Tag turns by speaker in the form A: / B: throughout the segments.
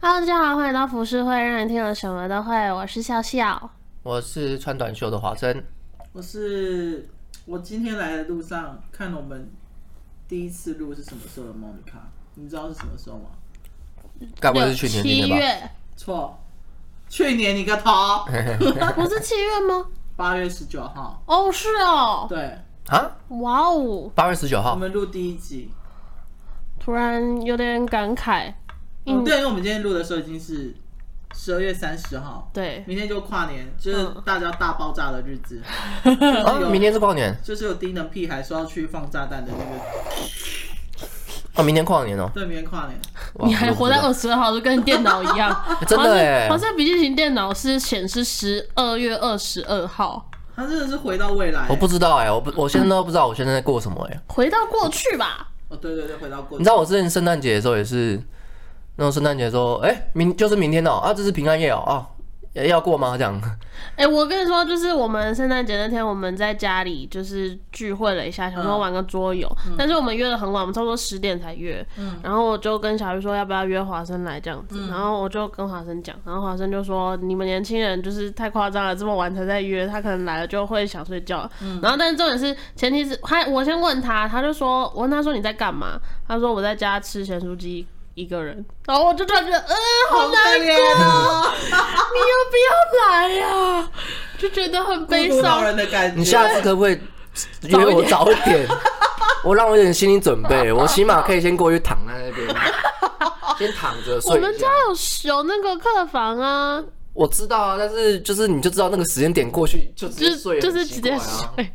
A: Hello，大家好，欢迎来到服饰会，让你听了什么都会。我是笑笑。
B: 我是穿短袖的华生，
C: 我是我今天来的路上看了我们第一次录是什么时候的 Monica，你知道是什么时候吗？
B: 该不会是去年今
A: 七
B: 天吧？
A: 月
C: 错，去年你个头，
A: 啊不是七月 吗？
C: 八月十九号。
A: 哦，是哦，
C: 对，
B: 啊，
A: 哇哦！
B: 八月十九
C: 我
B: 号，
C: 们录第一集。
A: 突然有点感慨。嗯
C: 嗯，对，因为我们今天录的时候已经是十二月三十号，
A: 对，
C: 明天就跨年，就是
A: 嗯
C: 大家大爆炸的日子，
B: 啊，明天是跨年，
C: 就是有低能屁孩说要去放炸弹的那个。
B: 啊，明天跨年哦，
C: 对，明天跨年。
B: 哇
A: 你还活在
B: 我
A: 二十二号，就跟你电脑一样。
B: 不 知道真的哎
A: 好，像笔记型电脑是显示十二月二十二号，
C: 他真的是回到未来、
B: 我不知道哎，我不，我现在都不知道我现在在过什么哎，
A: 回到过去吧。
C: 哦，对对对，回到过去。
B: 你知道我之前圣诞节的时候也是，那种圣诞节说，哎，明就是明天哦，啊，这是平安夜哦，啊，要要过吗？这样，
A: 哎、我跟你说，就是我们圣诞节那天，我们在家里就是聚会了一下，想
C: 嗯
A: 说玩个桌游，但是我们约的很晚，我们差不多十点才约。
C: 嗯
A: 然后我就跟小玉说，要不要约华生来这样子。然后我就跟华生讲，然后华生就说，你们年轻人就是太夸张了，这么晚才在约，他可能来了就会想睡觉。
C: 嗯
A: 然后但是重点是，前提是他，我先问他，他就说，我问他说你在干嘛？他说我在家吃咸酥鸡。一个人，然后我就突然觉得，嗯、好
C: 好可
A: 难
C: 怜哦，
A: 你要不要来呀、就觉得很悲
C: 孤独老
A: 伤。
C: 人的感觉。
B: 你下次可不可以约我早一点？ 我让我有点心理准备，我起码可以先过去躺在那边，先躺着
A: 我
B: 睡
A: 们
B: 一
A: 家
B: 下。
A: 有有那个客房啊，
B: 我知道啊，但是就是你就知道那个时间点过去就直
A: 就
B: 接睡，
A: 就是
B: 很奇
A: 直
B: 怪
A: 接
B: 啊。
A: 睡。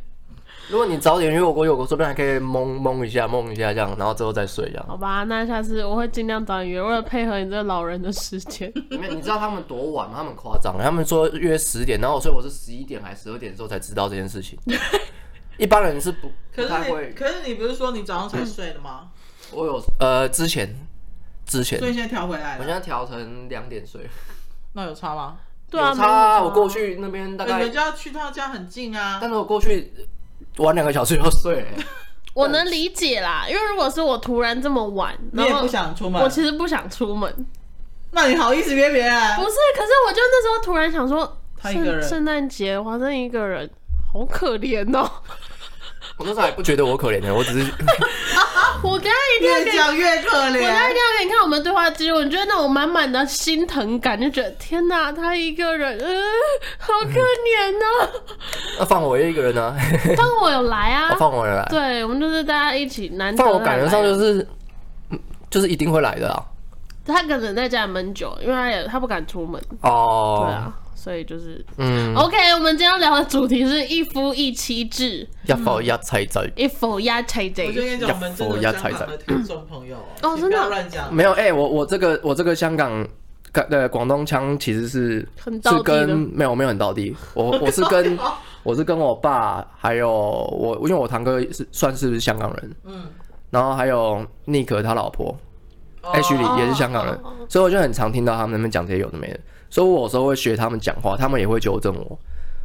B: 如果你早点约我过去，我说不定还可以蒙蒙一下，蒙一下这样，然后之后再睡这样。
A: 好吧，那下次我会尽量早点约，为了配合你这老人的时 间。
B: 你们你知道他们多晚吗？他们夸张，啊他们说约十点，然后所以我是十一点还是十二点的时候才知道这件 事情。一般人是不
C: 可
B: 不太
C: 是你，
B: 会。
C: 可是你不是说你早上才睡的吗？
B: 我有呃之前之前，
C: 所
B: 我
C: 以现在调回来
B: 现
C: 了，
B: 在调成两点睡。
C: 那有差吗？
A: 对啊，
B: 有差啊、
A: 没有
B: 我过去那边大
C: 你们
B: 概，
C: 家去他家很近啊
B: 但，是我过去玩两个小时就睡、
A: 我能理解啦，因为如果是我突然这么晚，
C: 你
A: 然
C: 也
A: 后
C: 不想出门
A: 我，其实不想出门，
C: 那你好意思约别人？啊
A: 不是，可是我就那时候突然想说，
C: 他一个
A: 圣
C: 人
A: 圣诞节华生一个人，好可怜 哦。
B: 我那时候还不觉得我可怜呢，我只是
A: 我刚刚一定要
C: 越
A: 给你
C: 讲越可
A: 我那一
C: 怜
A: 定。要给你看我们对话记录，你觉得那种满满的心疼感，就觉得天哪，他一个人，嗯、好可怜哦呐、
B: 那放我一个人呢、
A: 放我有来啊
B: 啊，，放我来，
A: 对，我们就是大家一起难得
B: 放
A: 他
B: 我感觉上
A: 来
B: 就是，嗯就是一定会来的啊。
A: 他可能在家里闷久，因为他也他不敢出门，
B: 哦，
A: 对啊，哦所以就是、
B: 嗯，
A: OK。我们今天要聊的主题是一夫一妻制，
B: 一夫一妻制。
A: 一夫一妻
C: 我就
A: 制。
C: 跟你讲，我们真的有香港的听众朋友
A: 哦
C: 请
A: 真的
C: 不要乱讲。
B: 没有，哎、我我这个我这个香港。呃，广东腔其实是
A: 很道地
B: 是
A: 的
B: 跟没有没有很到地，我我是跟我是跟我爸还有我，因为我堂哥是算是香港人，
C: 嗯
B: 然后还有 Nick 他老婆，
C: 哦
B: H
A: 哦
B: 里也是香港人
A: 哦哦，
B: 所以我就很常听到他们那边讲这些有的没的，所以我有时候会学他们讲话，他们也会纠正我，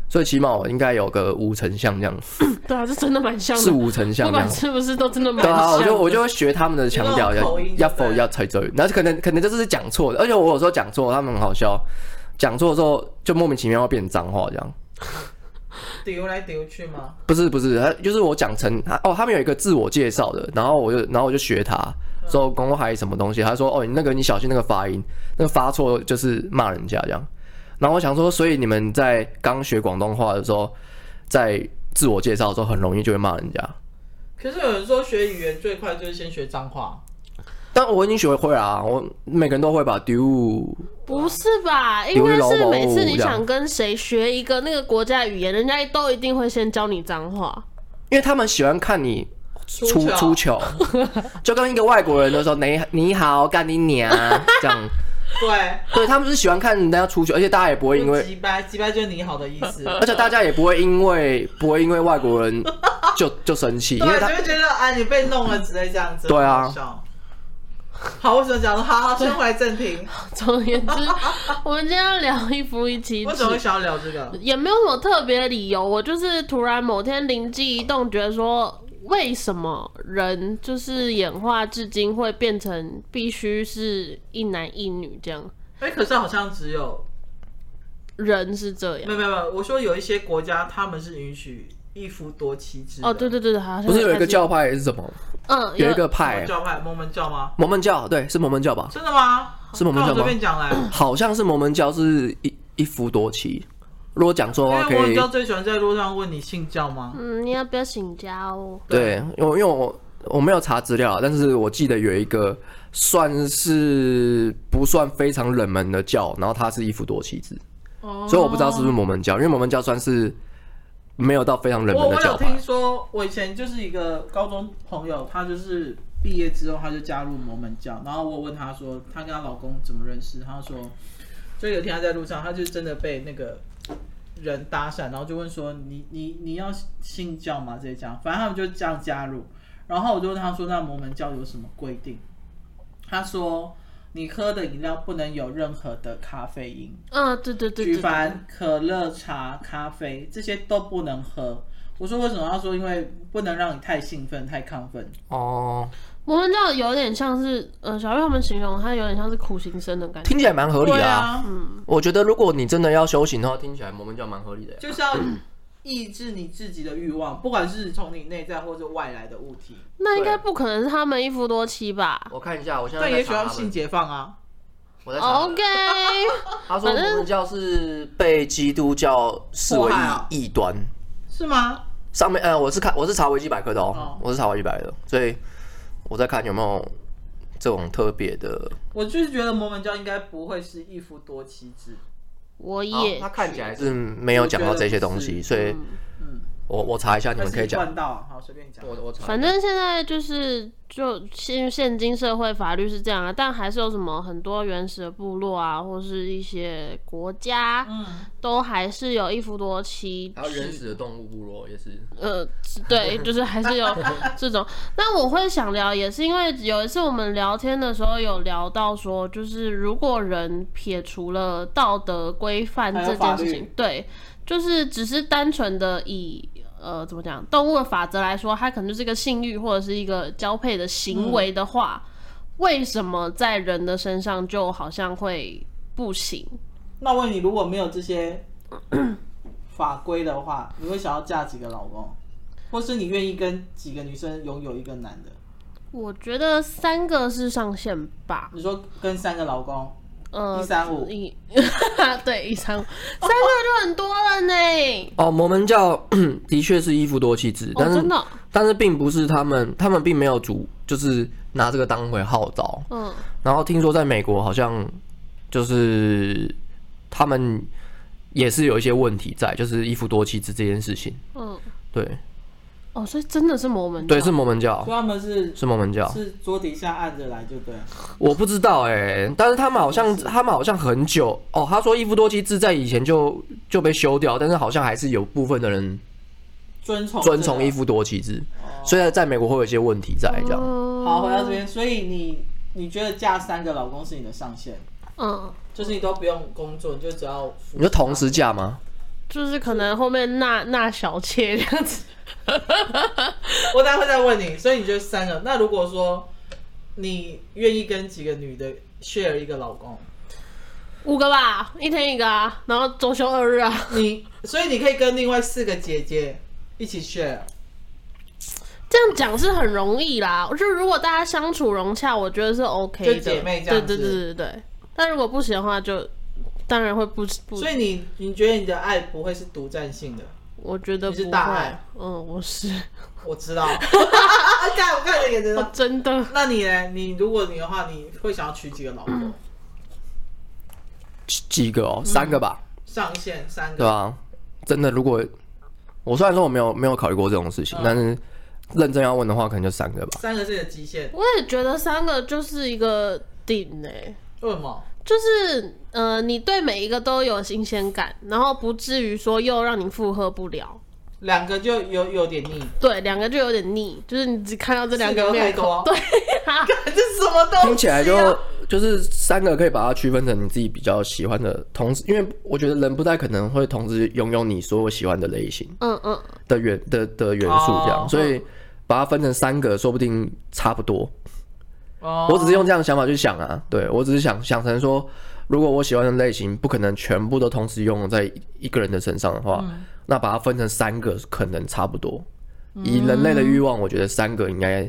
B: 所以起码我应该有个五成像这样，
A: 对啊，这真的蛮像
B: 四
A: 的，
B: 五成像
A: 不
B: 这
A: 管
B: 样。
A: 是不是都真的蛮
B: 对
A: 像
B: 啊，我就我
A: 的。
B: 就会学他们的腔调，
C: 有那种口
B: 要
C: 音
B: 要
C: 就
B: 否
C: 对
B: 要才对，然后可能可能这是讲错的，而且我有时候讲错，他们很好笑，讲错之后就莫名其妙会变成脏话这样。
C: 丢来丢去吗？
B: 不是不是，他就是我讲成他哦，他们有一个自我介绍的，然后我就然后我就学他说公海什么东西，他说哦你那个你小心那个发音，那个发错就是骂人家这样。然后我想说，所以你们在刚学广东话的时候，在自我介绍的时候很容易就会骂人家，
C: 可是有人说学语言最快就是先学脏话，
B: 但我已经学会了啊，我每个人都会把丢
A: 不是吧？应
B: 流
A: 该
B: 老
A: 是
B: 保
A: 每次
B: 护
A: 你
B: 这样
A: 想跟谁学一个那个国家语言，人家都一定会先教你脏话。
B: 因为他们喜欢看你出
C: 出糗
B: 出糗，就跟一个外国人都说你你好干你娘这样，
C: 对，
B: 对他们是喜欢看人家出糗，而且大家也不会因为，
C: 击败击败就是你好的意思。
B: 而且大家也不会因为不会因为外国 人就就生气，因为
C: 对，
B: 他
C: 就会觉得啊，你被弄了之类这样子。
B: 对啊
C: 很好笑。好，我只能讲说，好好，先回来正 题。
A: 总而言之，我们今天要聊一夫一妻
C: 为什么会
A: 制，
C: 想要
B: 嗯
C: 聊这个？
A: 也没有什么特别的理由，我就是突然某天灵机一动，觉得说为什么人就是演化至今会变成必须是一男一女这样？
C: 哎、可是好像只有
A: 人是啊这样
C: 没有没有没有，我说有一些国家他们是允许一夫多妻制的
A: 哦，对对对对，好像
B: 不是有一
A: 开
B: 个
A: 始
B: 教派是什么？
A: 嗯
B: 有一个
C: 什么
B: 派啊
C: 教派摩门教吗？
B: 摩门教，对，是摩门教吧？
C: 真的吗？
B: 是摩门
C: 那
B: 教
C: 我随
B: 吗？哦
C: 便讲来，
B: 好像是摩门教是一一夫多妻。如果讲错的
C: 因
B: 话，
C: 为摩
B: 可
C: 门
B: 以
C: 教最喜欢在路上问你信教吗？
A: 嗯，你要不要请假哦？
B: 对，因为因为我我没有查资料，但是我记得有一个算是不算非常冷门的教，然后它是一夫多妻制，
C: 哦
B: 所以我不知道是不是摩门教，因为摩门教算是没有到非常冷
C: 我
B: 门的
C: 我有
B: 教派
C: 听。说，我以前就是一个高中朋友，她就是毕业之后，她就加入摩门教。然后我问她说，她跟她老公怎么认识？她说，就有一天她在路上，她就真的被那个人搭讪，然后就问说，你你你要信教吗？这一家，反正他们就这样加入。然后我就问她说，那摩门教有什么规定？她说，你喝的饮料不能有任何的咖啡因。
A: 嗯，对对对对
C: 举
A: 对对，
C: 凡可乐、茶、咖啡这些都不能喝。我说为什么要说？因为不能让你太兴奋、太亢奋。
B: 哦，
A: 摩门教有点像是，呃，小月他们形容它有点像是苦行僧的感觉。
B: 听起来蛮合理
C: 对
B: 的、
C: 啊，
B: 我觉得如果你真的要修行的话，听起来摩门教蛮合理的。
C: 就是要抑制你自己的欲望，不管是从你内在或者外来的物体。
A: 那应该不可能是他们一夫多妻吧
B: 我看一下，我现在
C: 但
B: 在
C: 也许
B: 查
C: 要
B: 他
C: 性
B: 们。
C: 解放啊。
B: 我在查
A: 哦 ？OK，
B: 他说摩门教是被基督教视为
C: 迫害啊
B: 异异端。
C: 是吗？
B: 上面呃，我是看我是查维基百科的哦，
C: 哦
B: 我是查维基百科的，所以我在看有没有这种特别的。
C: 我就是觉得摩门教应该不会是一夫多妻制。
A: 我
B: 好
A: 也
B: 哦他看起来是没有讲到这些东西，
C: 我
B: 所以
C: 嗯，
B: 我我查一下，你
C: 但
B: 们
C: 是
B: 可以讲。
C: 惯到啊好随便讲。
B: 我我查，
A: 嗯反正现在就是就现现今社会法律是这样啊，但还是有什么很多原始的部落啊，或是一些国家，
C: 嗯，
A: 都还是有一夫多妻
B: 还有原
A: 制。
B: 始的动物部落也是，
A: 呃， 对，就是还是有这种。那我会想聊，也是因为有一次我们聊天的时候有聊到说，就是如果人撇除了道德规范
C: 还有
A: 这
C: 法
A: 件事情
C: 律，
A: 对，就是只是单纯的以。呃，怎么讲？动物的法则来说，它可能就是一个性欲或者是一个交配的
C: 嗯
A: 行为的话，为什么在人的身上就好像会不行？
C: 那问你，如果没有这些 法规的话，你会想要嫁几个老公，或是你愿意跟几个女生拥有一个男的？
A: 我觉得三个是上限吧。
C: 你说跟三个老公，
A: 呃，
C: 135
A: 一 对一三五，三个就很多了呢。
B: 哦，摩门教 的确是一夫多妻制， 但
A: 哦，
B: 是、
A: 真的哦，
B: 但是并不是他们，他们并没有主就是拿这个当回号召，
A: 嗯，
B: 然后听说在美国好像就是他们也是有一些问题在，就是一夫多妻制这件事情。
A: 嗯，
B: 对，
A: 哦，所以真的是摩门教
B: 对，是摩门教
C: 所以，他们是
B: 是摩门教。
C: 是桌底下按着来，就对了。
B: 我不知道哎、但是他们好像他们好像很久哦，他说一夫多妻制在以前就就被修掉，但是好像还是有部分的人
C: 遵从
B: 遵从一
C: 衣服。
B: 夫多妻制，所以在美国会有一些问题在这样。
A: 嗯
C: 好，回到这边，所以你你觉得嫁三个老公是你的上限，
A: 嗯，
C: 就是你都不用工作，你就只要服
B: 你说同时嫁吗？
A: 就是可能后面纳纳小妾这样子，
C: 我待会再问你，所以你就三个。那如果说你愿意跟几个女的 share 一个老公，
A: 五个吧，一天一个啊，然后周休二日啊，
C: 你所以你可以跟另外四个姐姐一起 share。
A: 这样讲是很容易啦。就是如果大家相处融洽，我觉得是 OK 的，
C: 就姐妹这样
A: 对对
C: 子
A: 对对对对。但如果不行的话就，当然会不不
C: 所以你你觉得你的爱不会是独占性的？
A: 我觉得
C: 你是
A: 不
C: 大
A: 会
C: 爱，
A: 嗯，我是
C: 我知 道，看我看你的眼睛
A: 我
C: 了。
A: 真的
C: 那你呢？你如果你的话，你会想要娶几个老
A: 嗯
C: 婆？
B: 几几个哦，三个吧，
C: 上限三
B: 对啊
C: 个，
B: 吧、真的，如果我虽然说我没有没有考虑过这种事
C: 嗯
B: 情，但是认真要问的话，可能就三个吧。
C: 三个是你的极限。
A: 我也觉得三个就是一个顶诶、
C: 为什么？
A: 就是呃，你对每一个都有新鲜感，然后不至于说又让你负荷不了。
C: 两个就有有点腻，
A: 对，两个就有点腻，就是你只看到这两
C: 四
A: 个
C: 个
A: 面
C: 太多
A: 孔，对、啊，
C: 这是什么东西、啊？
B: 听起来就就是三个可以把它区分成你自己比较喜欢的同时，因为我觉得人不太可能会同时拥有你所有喜欢的类型
A: 嗯嗯，
B: 的元的的元素这样，
C: 哦
B: 所以把它分成三个，说不定差不多。
C: 哦
B: 我只是用这样的想法去想啊，对我只是想想成说，如果我喜欢的类型不可能全部都同时用在一个人的身上的话，
A: 嗯
B: 那把它分成三个可能差不多。以
A: 嗯
B: 人类的欲望，我觉得三个应该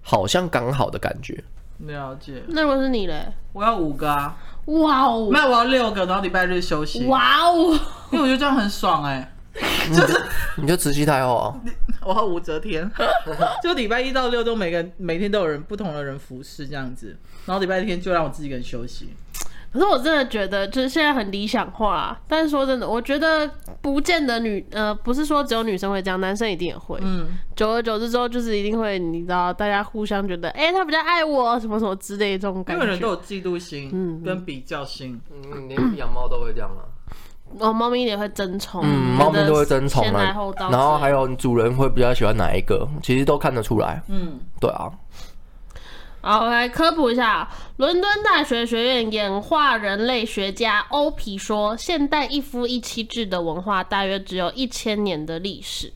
B: 好像刚好的感觉。
C: 了解。
A: 那如果是你嘞？
C: 我要五个啊，
A: 哇哦
C: 没，有，我要六个，然后礼拜日休息，
A: 哇哦，
C: 因为我觉得这样很爽哎、
B: 嗯你就慈禧太后啊，
C: 我要武则天， 就礼拜一到六都每个每天都有人不同的人服侍这样子，然后礼拜天就让我自己一个人休息。
A: 可是我真的觉得，就是现在很理想化啊。但是说真的，我觉得不见得女呃，不是说只有女生会这样，男生一定也会。
C: 嗯，
A: 久而久之之后，就是一定会，你知道，大家互相觉得，哎、他比较爱我，什么什么之类的这种
C: 因
A: 感
C: 为人
A: 觉。
C: 都有嫉妒心
A: 嗯
C: 跟比较心，
B: 嗯，连养猫都会这样啊。
A: 哦，猫咪也会争宠，
B: 嗯，猫咪都会争宠
A: 先来
B: 啊
A: 后到，之类的。
B: 然后还有主人会比较喜欢哪一个，其实都看得出来。
C: 嗯，
B: 对啊，
A: 好，我来科普一下。伦敦大学学院演化人类学家欧皮说，现代一夫一妻制的文化大约只有一千年的历史。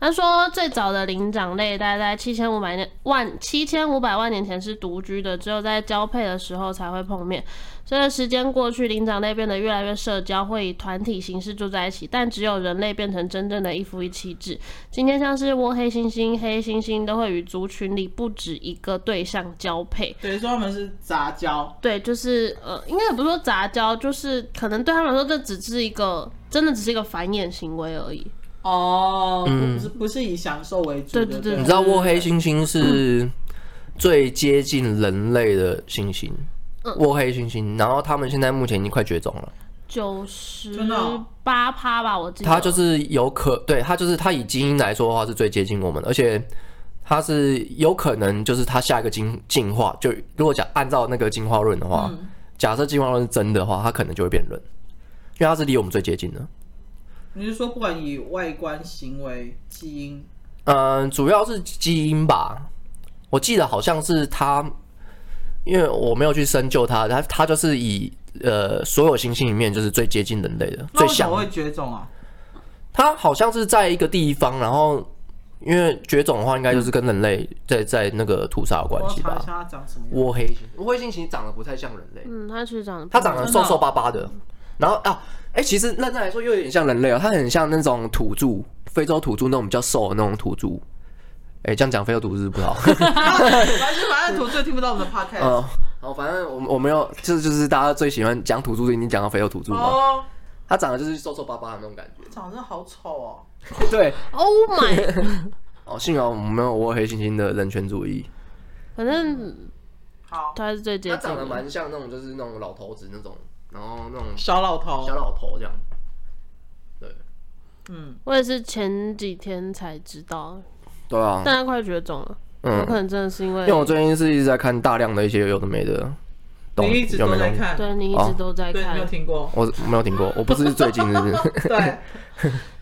A: 他说，最早的灵长类大概在七千五百年万七千五百万年前是独居的，只有在交配的时候才会碰面。随着时间过去，灵长类变得越来越社交，会以团体形式住在一起，但只有人类变成真正的一夫一妻制。今天像是窝黑猩猩、黑猩猩都会与族群里不止一个对象交配。
C: 等于说他们是杂交，
A: 对，就是呃，应该也不是说杂交，就是可能对他们来说，这只是一个真的只是一个繁衍行为而已。
C: 哦，不是不是以享受为主
A: 对
C: 的，
A: 对
C: 对
A: 对
B: 嗯你知道窝黑猩猩是最接近人类的猩猩，窝黑猩猩，然后他们现在目前已经快绝种了。
A: 九十
C: 真的哦
A: 八趴吧，我记得。
B: 它就是有可对它就是它以基因来说的话是最接近我们的，而且它是有可能就是它下一个进进化，就如果讲按照那个进化论的话，假设进化论是真的话，它可能就会变人，因为它是离我们最接近的。
C: 你是说不管以外观、行为、基因，
B: 嗯，主要是基因吧。我记得好像是它，因为我没有去深究它，它它就是以呃所有行星里面就是最接近人类的，最
C: 那为什
B: 像
C: 么。会绝种啊？
B: 它好像是在一个地方，然后因为绝种的话，应该就是跟人类在在那个屠杀有
C: 嗯我
B: 关
C: 要
B: 系
C: 查一
B: 吧。
C: 下它长什么样。
B: 窝黑猩，窝黑猩其实长得不太像人类，
A: 嗯，它其实长得
B: 它长得
C: 真的
B: 瘦
C: 哦
B: 瘦巴巴的，然后啊，哎、其实认真来说又有点像人类哦，它很像那种土著，非洲土著那种比较瘦的那种土著。哎、这样讲非洲土著不好。
C: 反正反正土著听不到 我们的 podcast
B: 嗯，好，反正我们我没有，就是就是大家最喜欢讲土著，已经讲到肥肉土著嘛。
C: 哦，
B: 他长得就是瘦瘦巴巴的那种感觉。
C: 长得好丑哦。
B: 对，
A: ，Oh my，
B: 哦，幸好我们没有我有黑猩猩的人权主义。
A: 反正
C: 好，
A: 它是最接
B: 他
A: 近
B: 长得
A: 的。
B: 蛮像那种就是那种老头子那种，然后那种
C: 小老头
B: 小，老头这样。
C: 嗯，
A: 我也是前几天才知道，
B: 对啊，
A: 但它快绝种了。有可
B: 嗯，
A: 能真的是因为
B: 因为我最近是一直在看大量的一些有的没的东
C: 你
B: 西，
C: 一直
B: 有
C: 都
B: 没有
C: 在
B: 东西？
C: 看，
A: 对你一
B: 哦？
A: 直都在
C: 对，你没
A: 看
C: 有。听过
B: 我没有听过，我不是最近是不是？
C: 对，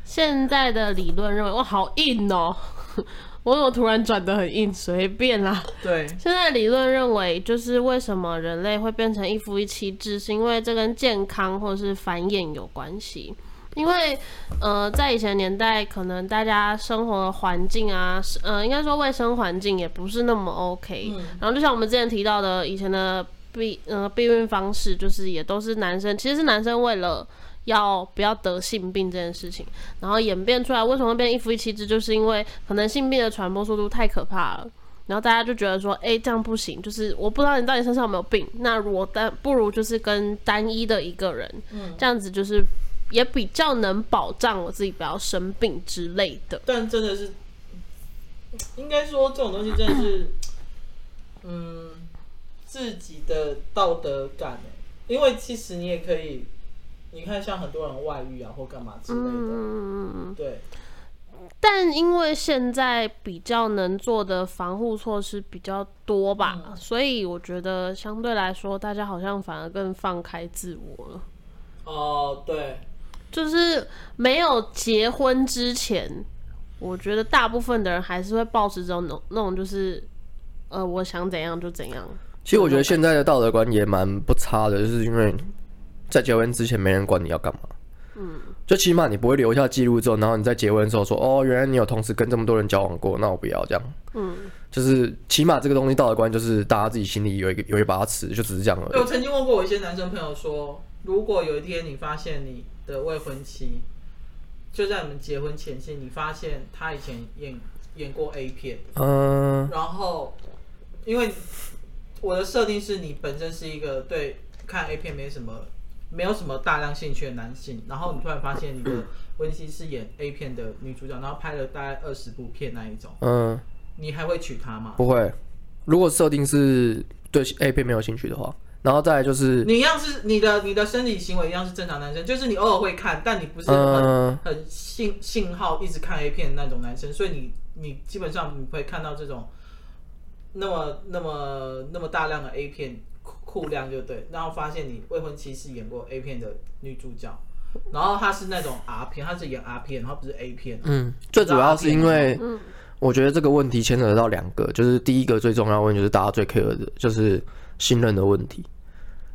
A: 现在的理论认为，哇，好硬哦、 我有突然转的很硬，随便啦。
C: 对，
A: 现在理论认为，就是为什么人类会变成一夫一妻制，是因为这跟健康或是繁衍有关系。因为，呃，在以前年代，可能大家生活的环境啊，是呃，应该说卫生环境也不是那么 OK、然后，就像我们之前提到的，以前的避呃避孕方式，就是也都是男生，其实是男生为了要不要得性病这件事情，然后演变出来为什么会变一夫一妻制，就是因为可能性病的传播速度太可怕了。然后大家就觉得说，哎、这样不行，就是我不知道你到底身上有没有病，那如果单不如就是跟单一的一个人，这样子就是也比较能保障我自己不要生病之类的。
C: 但真的是，应该说这种东西真的是，嗯，自己的道德感欸因为其实你也可以，你看像很多人外遇啊或干嘛之类的，
A: 嗯，
C: 对，
A: 但因为现在比较能做的防护措施比较多吧，所以我觉得相对来说，大家好像反而更放开自我了。
C: 哦，对，
A: 就是没有结婚之前，我觉得大部分的人还是会抱持这种那种就是，呃，我想怎样就怎样。
B: 其实我觉得现在的道德观也蛮不差的，就是因为在结婚之前没人管你要干嘛，嗯，就起码你不会留下记录之后，然后你在结婚的时候说，哦，原来你有同时跟这么多人交往过，那我不要这样。
A: 嗯，
B: 就是起码这个东西道德观就是大家自己心里有一个有一把尺，就只是这样而
C: 对，
B: 已
C: 我。曾经问过我一些男生朋友说，如果有一天你发现你的未婚妻，就在你们结婚前夕，你发现他以前演演过 A 片，
B: 嗯
C: 然后因为我的设定是你本身是一个对看 A 片没什么没有什么大量兴趣的男性，然后你突然发现你的婚妻是演 A 片的女主角，然后拍了大概二十部片那一种，
B: 嗯，
C: 你还会娶她吗？
B: 不会。如果设定是对 A 片没有兴趣的话，然后再来就是，
C: 你一样是你的你的生理行为一样是正常男生，就是你偶尔会看，但你不是很、
B: 嗯
C: 很信信号一直看 A 片的那种男生，所以你你基本上你不会看到这种那么那么那么大量的 A 片库库量，就对。然后发现你未婚妻是演过 A 片的女主角，然后她是那种 R 片，她是演 R 片，然后不是 A 片。
B: 嗯，最主要是因为，我觉得这个问题牵扯到两个，就是第一个最重要的问题就是大家最 care 的就是信任的问题，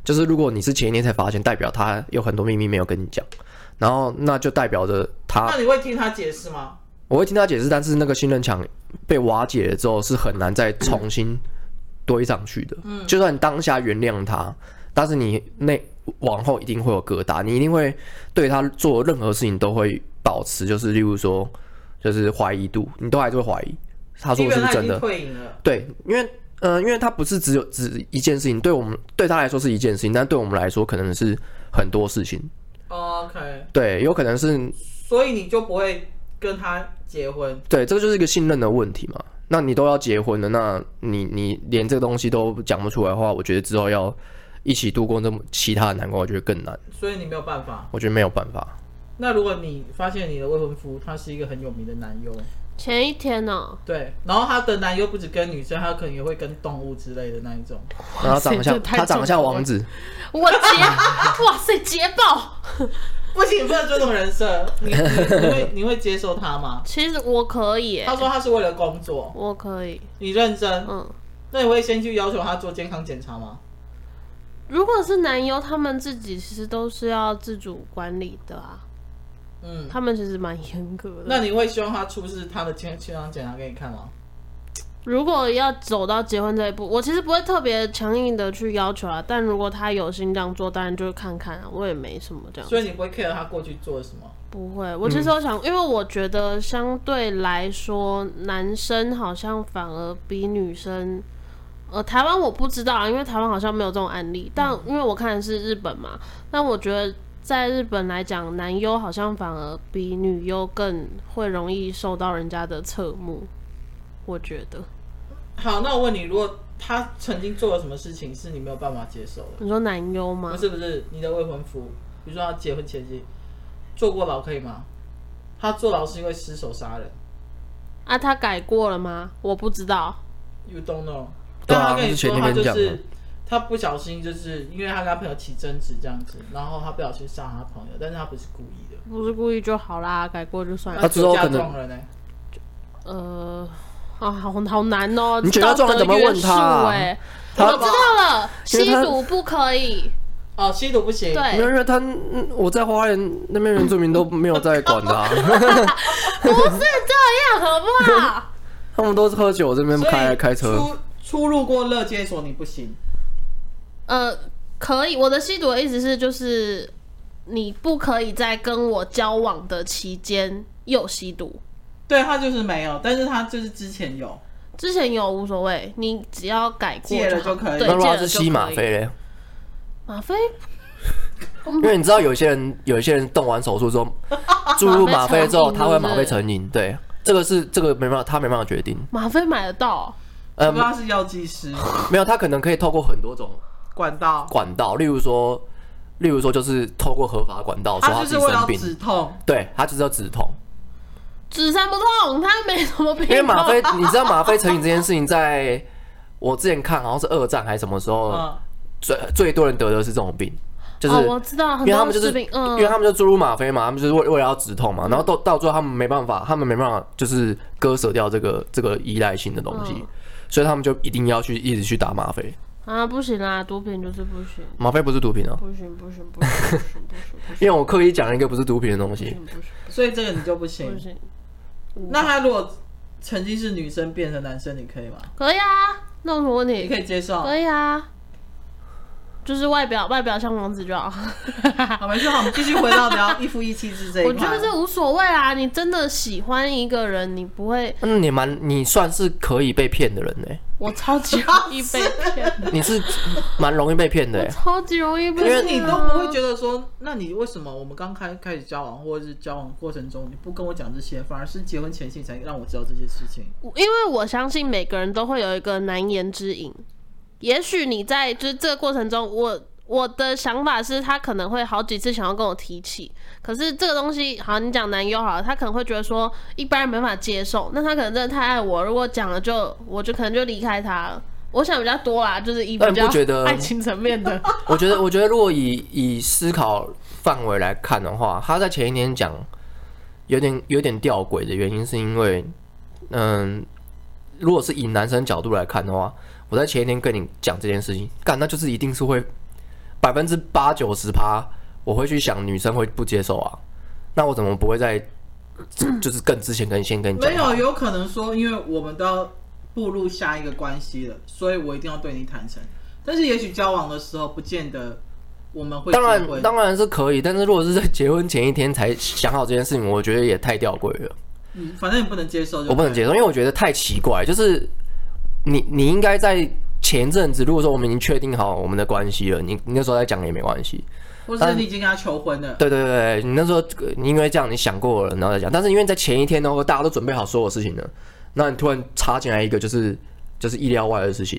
B: 就是如果你是前一天才发现，代表他有很多秘密没有跟你讲，然后那就代表着他
C: 那，你会听她解释吗？
B: 我会听他解释，但是那个信任墙被瓦解了之后是很难再重新堆上去的，嗯，就算你当下原谅他，但是你那往后一定会有疙瘩，你一定会对他做任何事情都会保持，就是例如说，就是怀疑度，你都还是会怀疑他说
C: 因
B: 的
C: 为
B: 是不
C: 她
B: 是真
C: 已经
B: 的。
C: 退隐了，
B: 对，因为呃，因为他不是只有只一件事情，对我们对他来说是一件事情，但对我们来说可能是很多事情。
C: 哦 OK，
B: 对，有可能是
C: 所以你就不会跟她结婚。
B: 对，这个就是一个信任的问题嘛。那你都要结婚了，那你你连这个东西都讲不出来的话，我觉得之后要一起度过这么其他的难关，我觉得更难，
C: 所以你没有办法。
B: 我觉得没有办法。
C: 那如果你发现你的未婚夫他是一个很有名的男优，
A: 前一天呢、
C: 对，然后他的男优不止跟女生，他可能也会跟动物之类的那一种，
B: 然后长得
A: 这
B: 像
A: 太
B: 他长得像
A: 重要了
B: 王子，
A: 我捷，哇塞，捷报！
C: 不行，不能尊重人设，你你你会你会接受他吗？
A: 其实我可以、
C: 他
A: 欸，
C: 说他是为了工作，
A: 我可以，
C: 你认真，
A: 嗯。
C: 那你会先去要求他做健康检查吗？
A: 如果是男优，他们自己其实都是要自主管理的啊，
C: 嗯，
A: 他们其实蛮严格的。
C: 那你会希望他出示他的健健康检查给你看吗？
A: 如果要走到结婚这一步，我其实不会特别强硬的去要求啊，但如果他有心这样做，当然就是看看啊，我也没什么这样。
C: 所以你不会 care 他过去做了什么？
A: 不会，
C: 嗯
A: 我其实我想，因为我觉得相对来说，男生好像反而比女生，呃，台湾我不知道啊，因为台湾好像没有这种案例，但因为我看的是日本嘛，但我觉得在日本来讲，男优好像反而比女优更会容易受到人家的侧目，我觉得。
C: 好，那我问你，如果他曾经做了什么事情是你没有办法接受的？
A: 你说男优吗
C: 不？是不是，你的未婚夫，比如说他结婚前夕坐过牢可以吗？他坐牢是因为失手杀人
A: 啊，他改过了吗？我不知道。
C: ，you don't know。
B: 对
C: 但
B: 啊
C: 他跟你说，
B: 我
C: 他
B: 们
C: 就
B: 之前那边讲的
C: 是他不小心，就是因为他跟他朋友起争执这样子，然后他不小心杀了他朋友，但是他不是故意的。
A: 不是故意就好啦，改过就算
C: 那
A: 了。
B: 他之后
C: 酒驾
B: 可能
C: 撞人呢、
A: 呃，啊，好好难哦。
B: 你觉得这种人怎么问他啊
A: 哎、
B: 他
A: 我知道了，
B: 因为
A: 吸
B: 他
A: 毒不可以。
C: 哦，吸毒不行。
B: 没有，
A: 对，
B: 因为他嗯我在花莲那边原住民都没有在管的、 啊，
A: 不是这样，好不好？
B: 他们都是喝酒这边
C: 所以
B: 开开车。
C: 出出入过乐界所你不行。
A: 呃，可以。我的吸毒的意思是，就是你不可以在跟我交往的期间又吸毒。
C: 对他就是没有，但是他就是之前有。
A: 之前有无所谓，你只要改过
C: 戒了
A: 好
C: 就可以
A: 对，
B: 那如
A: 戒
B: 果他
A: 了
B: 是
A: 就
B: 吸吗
A: 可以。
B: 啡嘞？
A: 吗啡
B: 因为你知道有些人有些人动完手术之后注 入吗啡之
A: 嗯
B: 后，他会吗啡成瘾。对，这个是这个没办法，他没办法决定。
A: 吗啡买得到，
C: 不
B: 呃
C: 知，道他是药剂师、
B: 没有，他可能可以透过很多种
C: 管道，
B: 管道，例如说，例如说就是透过合法管道说
C: 他就
B: 自
C: 是
B: 己
C: 为了
B: 生
C: 止
B: 病，
C: 痛。
B: 对他就是要止痛。
A: 只三不痛，他没什么病痛。
B: 因为吗 啡，你知道吗啡成瘾这件事情，在我之前看好像是二战还是什么时候，
C: 嗯，
B: 最最多人得的是这种病，就是
A: 哦，我知道，很
B: 因为
A: 多
B: 他们就是
A: 士，兵，嗯，
B: 因为他们就注入吗啡嘛，他们就是为为了要止痛嘛，然后到到最后他们没办法，他们没办法就是割舍掉这个这个依赖性的东西
A: 嗯，
B: 所以他们就一定要去一直去打吗啡。
A: 啊，不行啦，毒品就是不行，
B: 吗啡不是毒品哦，
A: 不行，不行，不行，不行，不行，不行，
B: 因为我刻意讲了一个不是毒品的东西，
A: 不行，不行，
C: 所以这个你就不行
A: 不。行，
C: 那他如果曾经是女生变成男生，你可以吗？
A: 可以啊，那有什么问
C: 你
A: 题？
C: 可以接受？
A: 可以啊，就是外表外表像王子就好。
C: 好，没事，好，我们继续回到聊一夫一妻制这一块。
A: 我觉得这无所谓啦，你真的喜欢一个人，你不会，
B: 嗯，你蛮你算是可以被骗的人呢、
A: 我超级
C: 哦
A: 容易被骗，
B: 你是蛮容易被骗的、欸，
A: 超级容易被
C: 可
A: 骗啊、
C: 是你都不会觉得说，那你为什么我们刚开开始交往或者是交往过程中你不跟我讲这些，反而是结婚前夕才让我知道这些事情？
A: 我因为我相信每个人都会有一个难言之隐。也许你在就是这个过程中，我我的想法是他可能会好几次想要跟我提起，可是这个东西，好，你讲男优好了，他可能会觉得说一般人没法接受，那他可能真的太爱我，如果讲了就我就可能就离开他了。我想比较多啦，就是以
B: 那
A: 比
B: 你
A: 较
B: 不觉得
A: 爱情层面 的，
B: 我觉得，我觉得如果以以思考范围来看的话，他在前一年讲有点有点吊诡的原因，是因为，嗯，如果是以男生角度来看的话，我在前一天跟你讲这件事情，干那就是一定是会百分之八九十趴，我会去想女生会不接受啊，那我怎么不会在就是更之前跟你先跟你讲
C: 没
B: 好？
C: 有，有可能说，因为我们都要步入下一个关系了，所以我一定要对你坦诚。但是也许交往的时候，不见得我们会结
B: 当
C: 婚
B: 然，。当然是可以，但是如果是在结婚前一天才想好这件事情，我觉得也太吊诡了。
C: 嗯，反正你不能接受就，
B: 我不能接受，因为我觉得太奇怪。就是你，你应该在前阵子，如果说我们已经确定好我们的关系了，你你那时候再讲也没关系。
C: 或者是你已经跟他求婚了。
B: 对对对，对你那时候呃你因为这样你想过了，然后再讲。但是因为在前一天呢，大家都准备好所有事情了，那你突然插进来一个就是就是意料外的事情，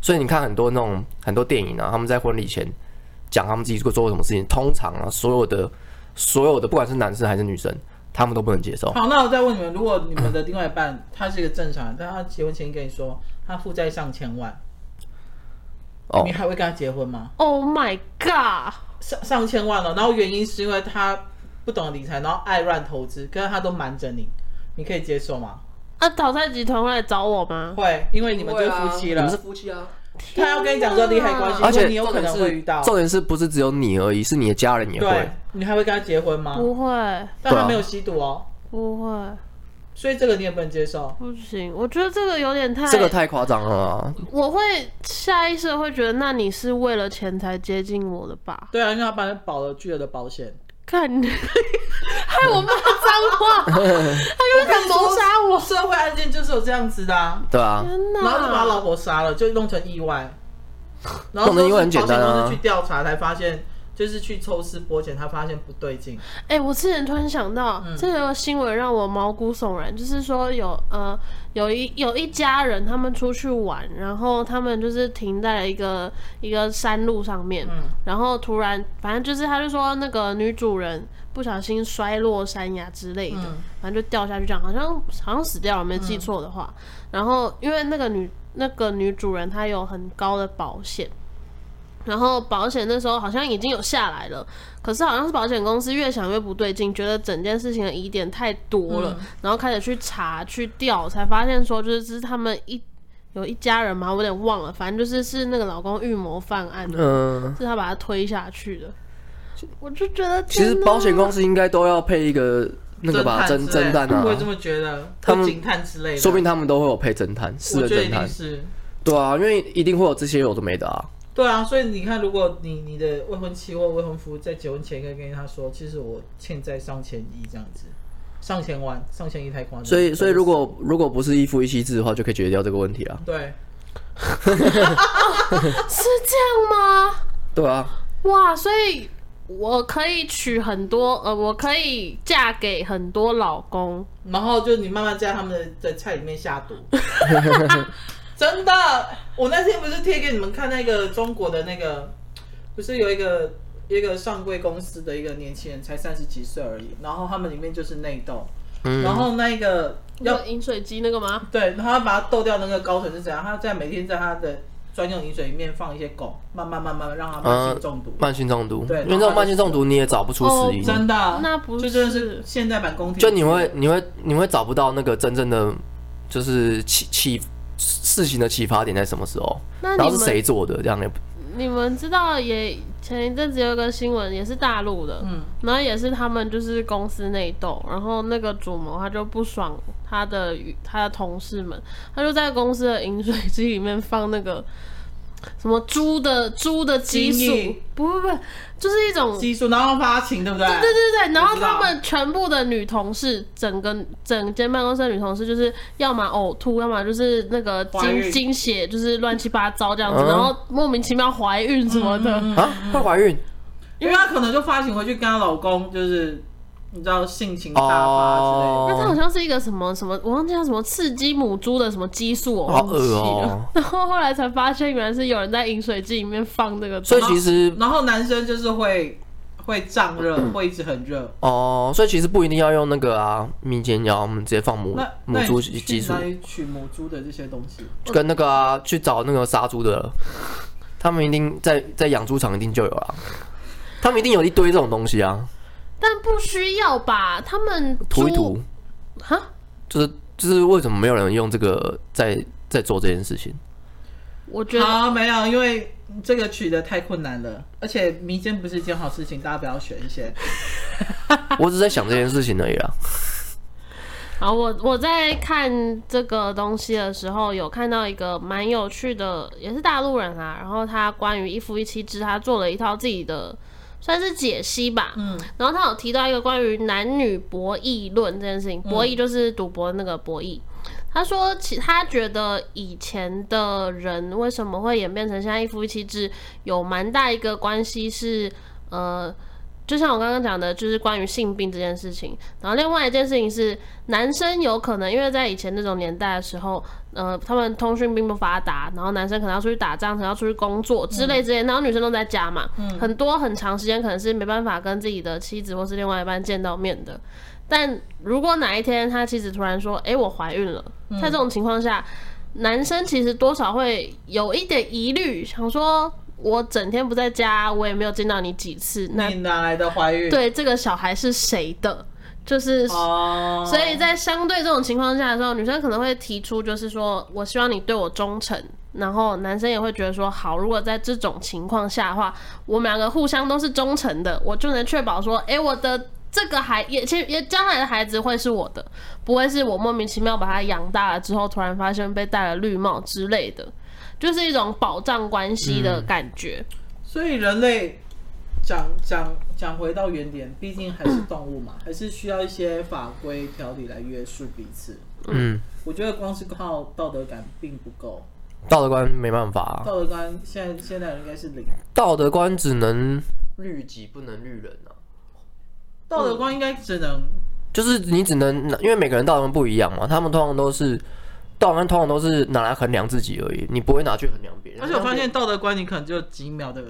B: 所以你看很多那种很多电影啊，他们在婚礼前讲他们自己做做过什么事情，通常啊所有的所有的不管是男生还是女生，他们都不能接受。
C: 好，那我再问你们，如果你们的另外一半他是一个正常人，但他结婚前跟你说他负债上千万，
B: 哦
C: 你还会跟他结婚吗？
A: Oh my god！
C: 上上千万了，然后原因是因为他不懂理财，然后爱乱投资，可是他都瞒着你，你可以接受吗？
A: 啊，讨债集团会来找我 吗？
C: 会，因为你们就是夫妻了，
B: 夫妻啊。
C: 他要跟你讲说利害关系，
B: 而且
C: 你有可能会遇到，
B: 重点是不是只有你而已，是你的家人也
C: 对
B: 会。，
C: 你还会跟他结婚吗？
A: 不会，
B: 对
C: 但他
B: 啊
C: 没有吸毒哦，
A: 不会，
C: 所以这个你也不能接受。
A: 不行，我觉得这个有点太
B: 这个太夸张了啊！
A: 我会下意识地会觉得，那你是为了钱才接近我的吧？
C: 对啊，因为他帮你保了巨额的保险，
A: 看你，害我骂脏 话，他又想谋杀我。
C: 社会案件就是有这样子的、啊，
B: 对啊，
A: 天哪！
C: 然后就把他老婆杀了，就弄成意外，然后
B: 弄成意外很简单啊
C: 保险公司去调查才发现，就是去抽丝剥茧，他发现不对劲。
A: 哎、我之前突然想到，
C: 嗯
A: 这个新闻让我毛骨悚然，就是说有呃有一有一家人他们出去玩，然后他们就是停在了一个一个山路上面，
C: 嗯
A: 然后突然反正就是他就说那个女主人不小心摔落山崖之类的，
C: 嗯
A: 反正就掉下去这样，好像好像死掉了，没记错的话。然后因为那个女那个女主人她有很高的保险。然后保险那时候好像已经有下来了，可是好像是保险公司越想越不对劲，觉得整件事情的疑点太多了，然后开始去查去调，才发现说就是是他们一有一家人嘛，我有点忘了，反正就是是那个老公预谋犯案，
B: 嗯、
A: 是他把他推下去的。我就觉得
B: 其实
A: 天哪
B: 保险公司应该都要配一个那个吧，
C: 探
B: 侦
C: 之类
B: 侦探啊
C: 我，也这么觉得，
B: 他们
C: 或警探之类的，
B: 说不定他们都会有配侦探，是
C: 我
B: 的
C: 觉得一
B: 侦
C: 定
B: 探。
C: 是。
B: 对啊，因为一定会有这些有的没的啊。
C: 对啊，所以你看，如果你你的未婚妻或未婚夫在结婚前可以跟他说，其实我欠债上千亿这样子，上千万、上千亿太夸张。
B: 所以，所以如果如果不是一夫一妻制的话，就可以解决掉这个问题啊。
C: 对，
A: 是这样吗？
B: 对啊，
A: 哇，所以我可以娶很多，呃，我可以嫁给很多老公，
C: 然后就你慢慢在他们的的菜里面下 毒，真的。我那天不是贴给你们看那个中国的那个，不是有一个一个上柜公司的一个年轻人，才三十几岁而已，然后他们里面就是内斗，
B: 嗯
C: 然后那个要
A: 要饮水机那个吗？
C: 对，然后他把它斗掉那个高层是怎样？他在每天在他的专用饮水里面放一些汞，慢慢慢慢让它
B: 呃
C: 慢性中毒。
B: 慢性中毒，
C: 对
B: 因为这种慢性中毒你也找不出死因，
C: 真的，啊
A: 那不
C: 就真的是现代版宫廷，
B: 就你会你会你会找不到那个真正的就是起起事情的启发点在什么时候，
A: 那你
B: 然后是
A: 们
B: 谁做的，这样也不
A: 你们知道也前一阵子有一个新闻，也是大陆的，
C: 嗯，
A: 然后也是他们就是公司内斗，然后那个主谋他就不爽他的与他的同事们，他就在公司的饮水机里面放那个什么猪的猪的激
C: 精
A: 素
C: 液，
A: 不不不，就是一种
C: 激素，然后发情，对不对？
A: 对
C: 对
A: 对对，然后
C: 我知道
A: 他们全部的女同事，整个整间办公室的女同事，就是要么呕吐，要么就是那个
C: 怀
A: 经
C: 孕
A: 经血，就是乱七八糟这样子，
B: 嗯
A: 然后莫名其妙怀孕什
C: 嗯
A: 么的。
B: 啊会怀孕
C: 因为她可能就发情回去跟她老公，就是你知道性情大发之类的。
A: 那它好
B: 哦，
A: 像是一个什么什么，我忘记它什么刺激母猪的什么激素哦，我
B: 好
A: 忘
B: 恶
A: 记了。
B: 哦、
A: 然后后来才发现，原来是有人在饮水机里面放这个东西，
B: 所以其实
C: 然后男生就是会会胀
B: 嗯
C: 热，会一直很热。
B: 哦，所以其实不一定要用那个啊迷奸药，我们直接放母
C: 那
B: 母
C: 那
B: 猪
C: 你去
B: 激素
C: 哪，里取母猪的这些东西？
B: 就跟那个啊去找那个杀猪的，他们一定在在养猪场一定就有啦，他们一定有一堆这种东西啊，
A: 但不需要吧？他们
B: 涂一
A: 猪
B: 涂，
A: 哈，
B: 就是就是为什么没有人用这个在在做这件事情？
A: 我觉得
C: 好，没有，因为这个取得太困难了，而且迷奸不是一件好事情，大家不要学一些。
B: 我只是在想这件事情而已啊。
A: 好，我我在看这个东西的时候，有看到一个蛮有趣的，也是大陆人啊。然后他关于一夫一妻制，他做了一套自己的算是解析吧。
C: 嗯，
A: 然后他有提到一个关于男女博弈论这件事情，博弈就是赌博那个博弈。他说，其他觉得以前的人为什么会演变成现在一夫一妻制，有蛮大一个关系是，呃，就像我刚刚讲的，就是关于性病这件事情。然后另外一件事情是，男生有可能因为在以前那种年代的时候，呃，他们通讯并不发达，然后男生可能要出去打仗，可能要出去工作之
C: 嗯
A: 类之类，然后女生都在家嘛，很多很长时间可能是没办法跟自己的妻子或是另外一半见到面的。但如果哪一天他妻子突然说：“诶，我怀孕了”，
C: 嗯
A: 在这种情况下，男生其实多少会有一点疑虑，想说：“我整天不在家，我也没有见到你几次，那
C: 你哪来的怀孕？，
A: 对这个小孩是谁的？”就是
C: 哦，
A: 所以在相对这种情况下的时候，女生可能会提出，就是说我希望你对我忠诚，然后男生也会觉得说，好，如果在这种情况下的话，我们两个互相都是忠诚的，我就能确保说，诶，我的这个孩也其实也将来的孩子会是我的，不会是我莫名其妙把他养大了之后，突然发现被戴了绿帽之类的。就是一种保障关系的感觉，
C: 所以人类讲讲讲回到原点，毕竟还是动物嘛， 还是需要一些法规条理来约束彼此。
B: 嗯，
C: 我觉得光是靠道德感并不够，
B: 道德观没办法、啊，
C: 道德感现在现在人应该是零，
B: 道德观只能律己，不能律人啊。
C: 道德观应该只能
B: 就是你只能，因为每个人道德观不一样嘛，他们通常都是道德观，通常都是拿来衡量自己而已，你不会拿去衡量别人。
C: 而且我发现，道德观你可能只有几秒的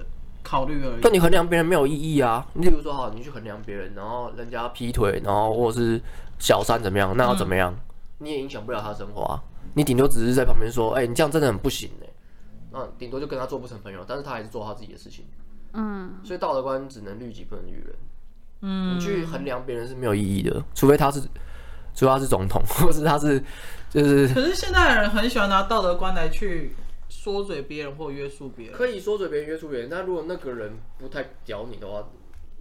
C: 考虑而已
B: 但。你衡量别人没有意义啊。例如说，好，你去衡量别人，然后人家劈腿，然后或者是小三怎么样，那要怎么样，你也影响不了他的生活啊。你顶多只是在旁边说，哎、你这样真的很不行哎、那顶多就跟他做不成朋友，但是他还是做他自己的事情。
A: 嗯，
B: 所以道德观只能律己不能律人。嗯，你去衡量别人是没有意义的，除非他是，除非他是总统，或是他是就是
C: 可是现在的人很喜欢拿道德观来去说嘴别人或约束别人。
B: 可以说嘴别人约束别人，但如果那个人不太屌你的话，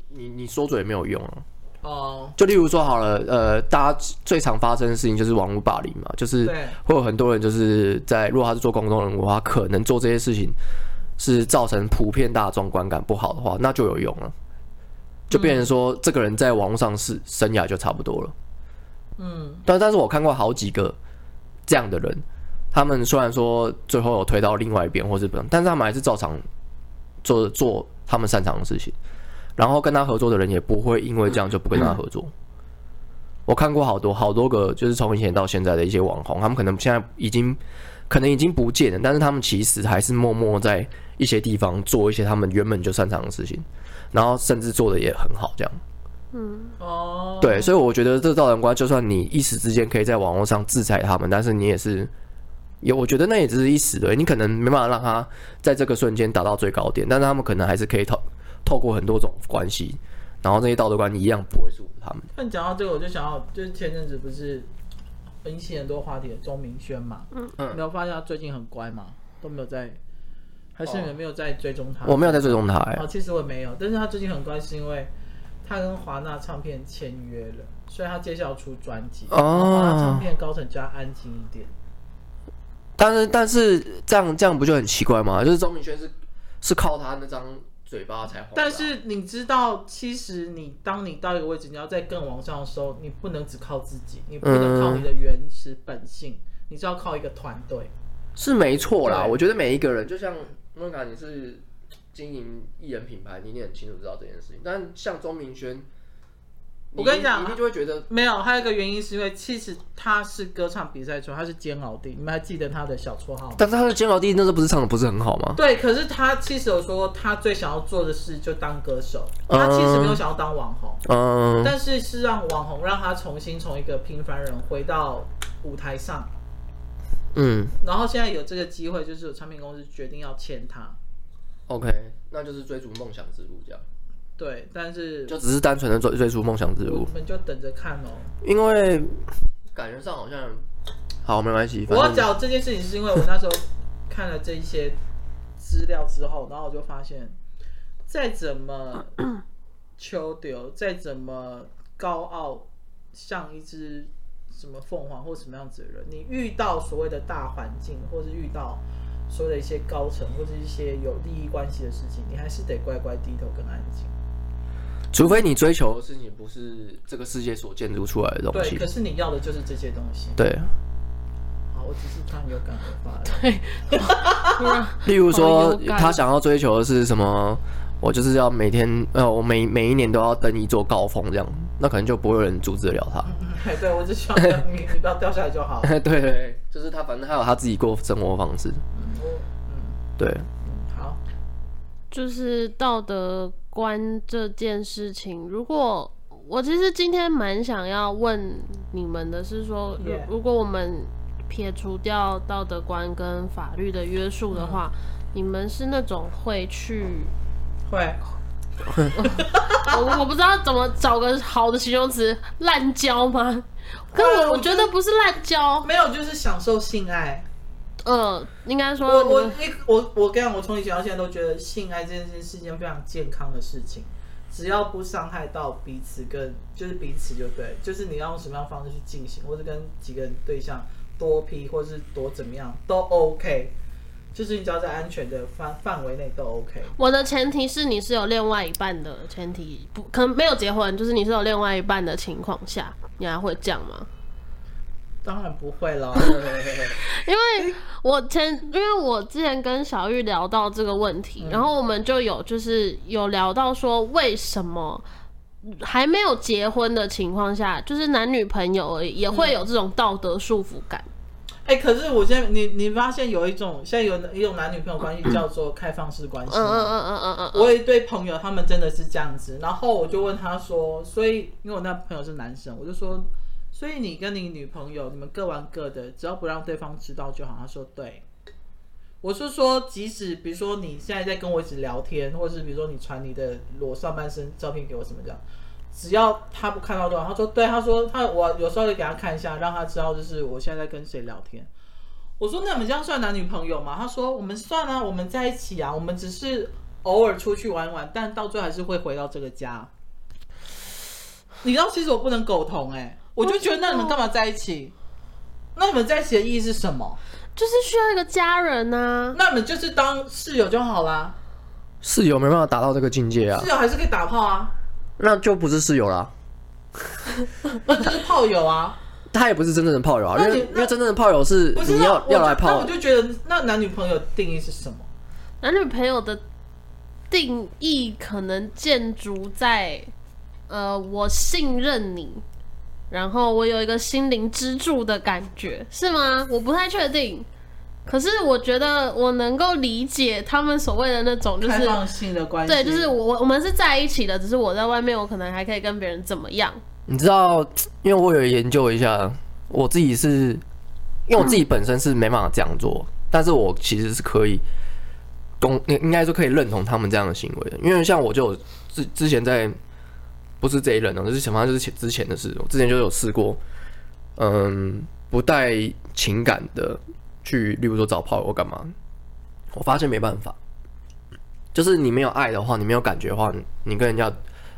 B: 你你说嘴也没有用啊。
C: 哦，
B: 就例如说好了，呃，大家最常发生的事情就是网络霸凌嘛，就是
C: 对
B: 会有很多人就是在如果他是做公众人物的话，可能做这些事情是造成普遍大众观感不好的话，那就有用了，就变成说、这个人在网络上是生涯就差不多了。
C: 嗯，
B: 但但是我看过好几个这样的人，他们虽然说最后有推到另外一边或是怎么样，但是他们还是照常做做他们擅长的事情，然后跟他合作的人也不会因为这样就不跟他合作。我看过好多好多个，就是从以前到现在的一些网红，他们可能现在已经可能已经不见了，但是他们其实还是默默在一些地方做一些他们原本就擅长的事情，然后甚至做的也很好，这样。
C: 哦，
B: 对，所以我觉得这道人观，就算你一时之间可以在网络上制裁他们，但是你也是，也我觉得那也只是一时的，你可能没办法让他在这个瞬间达到最高点，但是他们可能还是可以透透过很多种关系，然后这些道德观一样不会束缚他们。
C: 但讲到这个，我就想到，就是前阵子不是，引起很多话题的钟明轩嘛，嗯
B: 嗯
C: 没有发现他最近很乖嘛，都没有在，还是你没有在追踪他？
B: 我没有在追踪他、
C: 哦，
B: 欸，
C: 其实我也没有，但是他最近很关心，因为他跟华纳唱片签约了，所以他接下来出专辑。
B: 哦
C: 华纳唱片高层就要安静一点。
B: 但是但是这样这样不就很奇怪吗？就是钟明轩是是靠他那张嘴巴才红的啊，
C: 但是你知道，其实你当你到一个位置，你要再更往上的时候，你不能只靠自己，你不能靠你的原始本性，你是要靠一个团队。
B: 是没错啦。
C: 对
B: 我觉得每一个人，就像莫卡，你是经营艺人品牌，你一定很清楚知道这件事情。但像钟明轩，
C: 我跟你讲啊
B: 一定就会觉得
C: 没有，还有一个原因是因为，其实他是歌唱比赛出来，他是煎熬弟，你们还记得他的小绰号吗？
B: 但是他的煎熬弟那时候不是唱的不是很好吗？
C: 对，可是他其实有说，他最想要做的事就当歌手，
B: 嗯
C: 他其实没有想要当网红，
B: 嗯，
C: 但是是让网红让他重新从一个平凡人回到舞台上，
B: 嗯
C: 然后现在有这个机会，就是有唱片公司决定要签他，
B: ，OK，那就是追逐梦想之路这样，
C: 对，但是
B: 就只是单纯的追追逐梦想之
C: 我
B: 路，
C: 们就等着看哦。
B: 因为感觉上好像好没关系，
C: 我要
B: 反正
C: 讲这件事情是因为我那时候看了这一些资料之后，然后我就发现，再 怎么丘丢，再怎么高傲，像一只什么凤凰或什么样子的人，你遇到所谓的大环境，或是遇到所谓的一些高层，或是一些有利益关系的事情，你还是得乖乖低头跟安静。
B: 除非你追求的事情不是这个世界所建筑出来的东
C: 对，
B: 西
C: 可，是你要的就是这些东西。
B: 对，
C: 好，我只是突然有感而发了。
A: 啊
B: 例
A: 好
B: 如说
A: 有感
B: 他想要追求的是什么，我就是要每天呃，我每每一年都要登一座高峰这样，那可能就不会有人阻止得了他。
C: 哎， 对，我只希望你你不要掉下来 就好。
B: 对对，就是他，反正他有他自己过生活方式。
C: 我嗯
B: 对，
C: 嗯好，
A: 就是道德观这件事情，如果我其实今天蛮想要问你们的是说，如
C: Yeah.
A: 如果我们撇除掉道德观跟法律的约束的话，你们是那种会去，
C: 会
A: 我我不知道怎么找个好的形容词，滥交吗？可是
C: 呃
A: 我
C: 我
A: 我觉得不是滥交，
C: 没有就是享受性爱。
A: 呃，应该
C: 我
A: 说你
C: 我
A: 们
C: 一我我跟你讲，我从以前到现在都觉得性爱这件事情是一件非常健康的事情，只要不伤害到彼此跟就是彼此就对，就是你要用什么样的方式去进行，或者跟几个人对象多批或是多怎么样都 OK，就是你只要在安全的范范围内都 OK。
A: 我的前提是你是有另外一半的前提，不可能没有结婚，就是你是有另外一半的情况下，你还会这样吗？
C: 当然不会 了，
A: 因为我前，因为我之前跟小玉聊到这个问题，然后我们就有就是有聊到说为什么。还没有结婚的情况下，就是男女朋友而已，也会有这种道德束缚感。
C: 哎、可是我现在你你发现有一种现在有一种男女朋友关系叫做开放式关系
A: 嗯
C: 吗，
A: 嗯嗯嗯嗯嗯，
C: 我有一对朋友，他们真的是这样子。然后我就问他说，所以因为我那朋友是男生，我就说，所以你跟你女朋友，你们各玩各的，只要不让对方知道就好。他说对。我是说，即使比如说你现在在跟我一直聊天，或者是比如说你传你的裸上半身照片给我什么这样，只要他不看到就好。他说对，他说他我有时候就给他看一下，让他知道就是我现在在跟谁聊天。我说那你们这样算男女朋友吗？他说我们算啊，我们在一起啊，我们只是偶尔出去玩玩，但到最后还是会回到这个家。你知道，其实我不能苟同哎、我就觉得那你们干嘛在一起？那你们在一起的意义是什么？
A: 就是需要一个家人啊呐、
C: 那你们就是当室友就好啦，
B: 室友没办法达到这个境界啊
C: 室，友还是可以打炮啊，
B: 那就不是室友啦。
C: 那就是炮友啊。
B: 他也不是真正的炮友啊，
C: 那
B: 因
C: 你
B: 为因
C: 那
B: 为真正的炮友是
C: 不是
B: 你
C: 那
B: 要
C: 我就
B: 要来啊
C: 那
B: 泡
C: 我，就觉得那男女朋友定义是什么？
A: 男女朋友的定义可能建筑在，呃，我信任你，然后我有一个心灵支柱的感觉，是吗？我不太确定，可是我觉得我能够理解他们所谓的那种，就
C: 开
A: 是
C: 放性的关系，
A: 对，就是我我我们是在一起的，只是我在外面，我可能还可以跟别人怎么样？
B: 你知道，因为我有研究一下，我自己是，因为我自己本身是没办法这样做，但是我其实是可以公，应应该说可以认同他们这样的行为的，因为像我就有之之前在，哦不是这一任哦，就是想法就是前之前的事，我之前就有试过，嗯，不带情感的去，例如说找炮友或干嘛，我发现没办法，就是你没有爱的话，你没有感觉的话，你你跟人家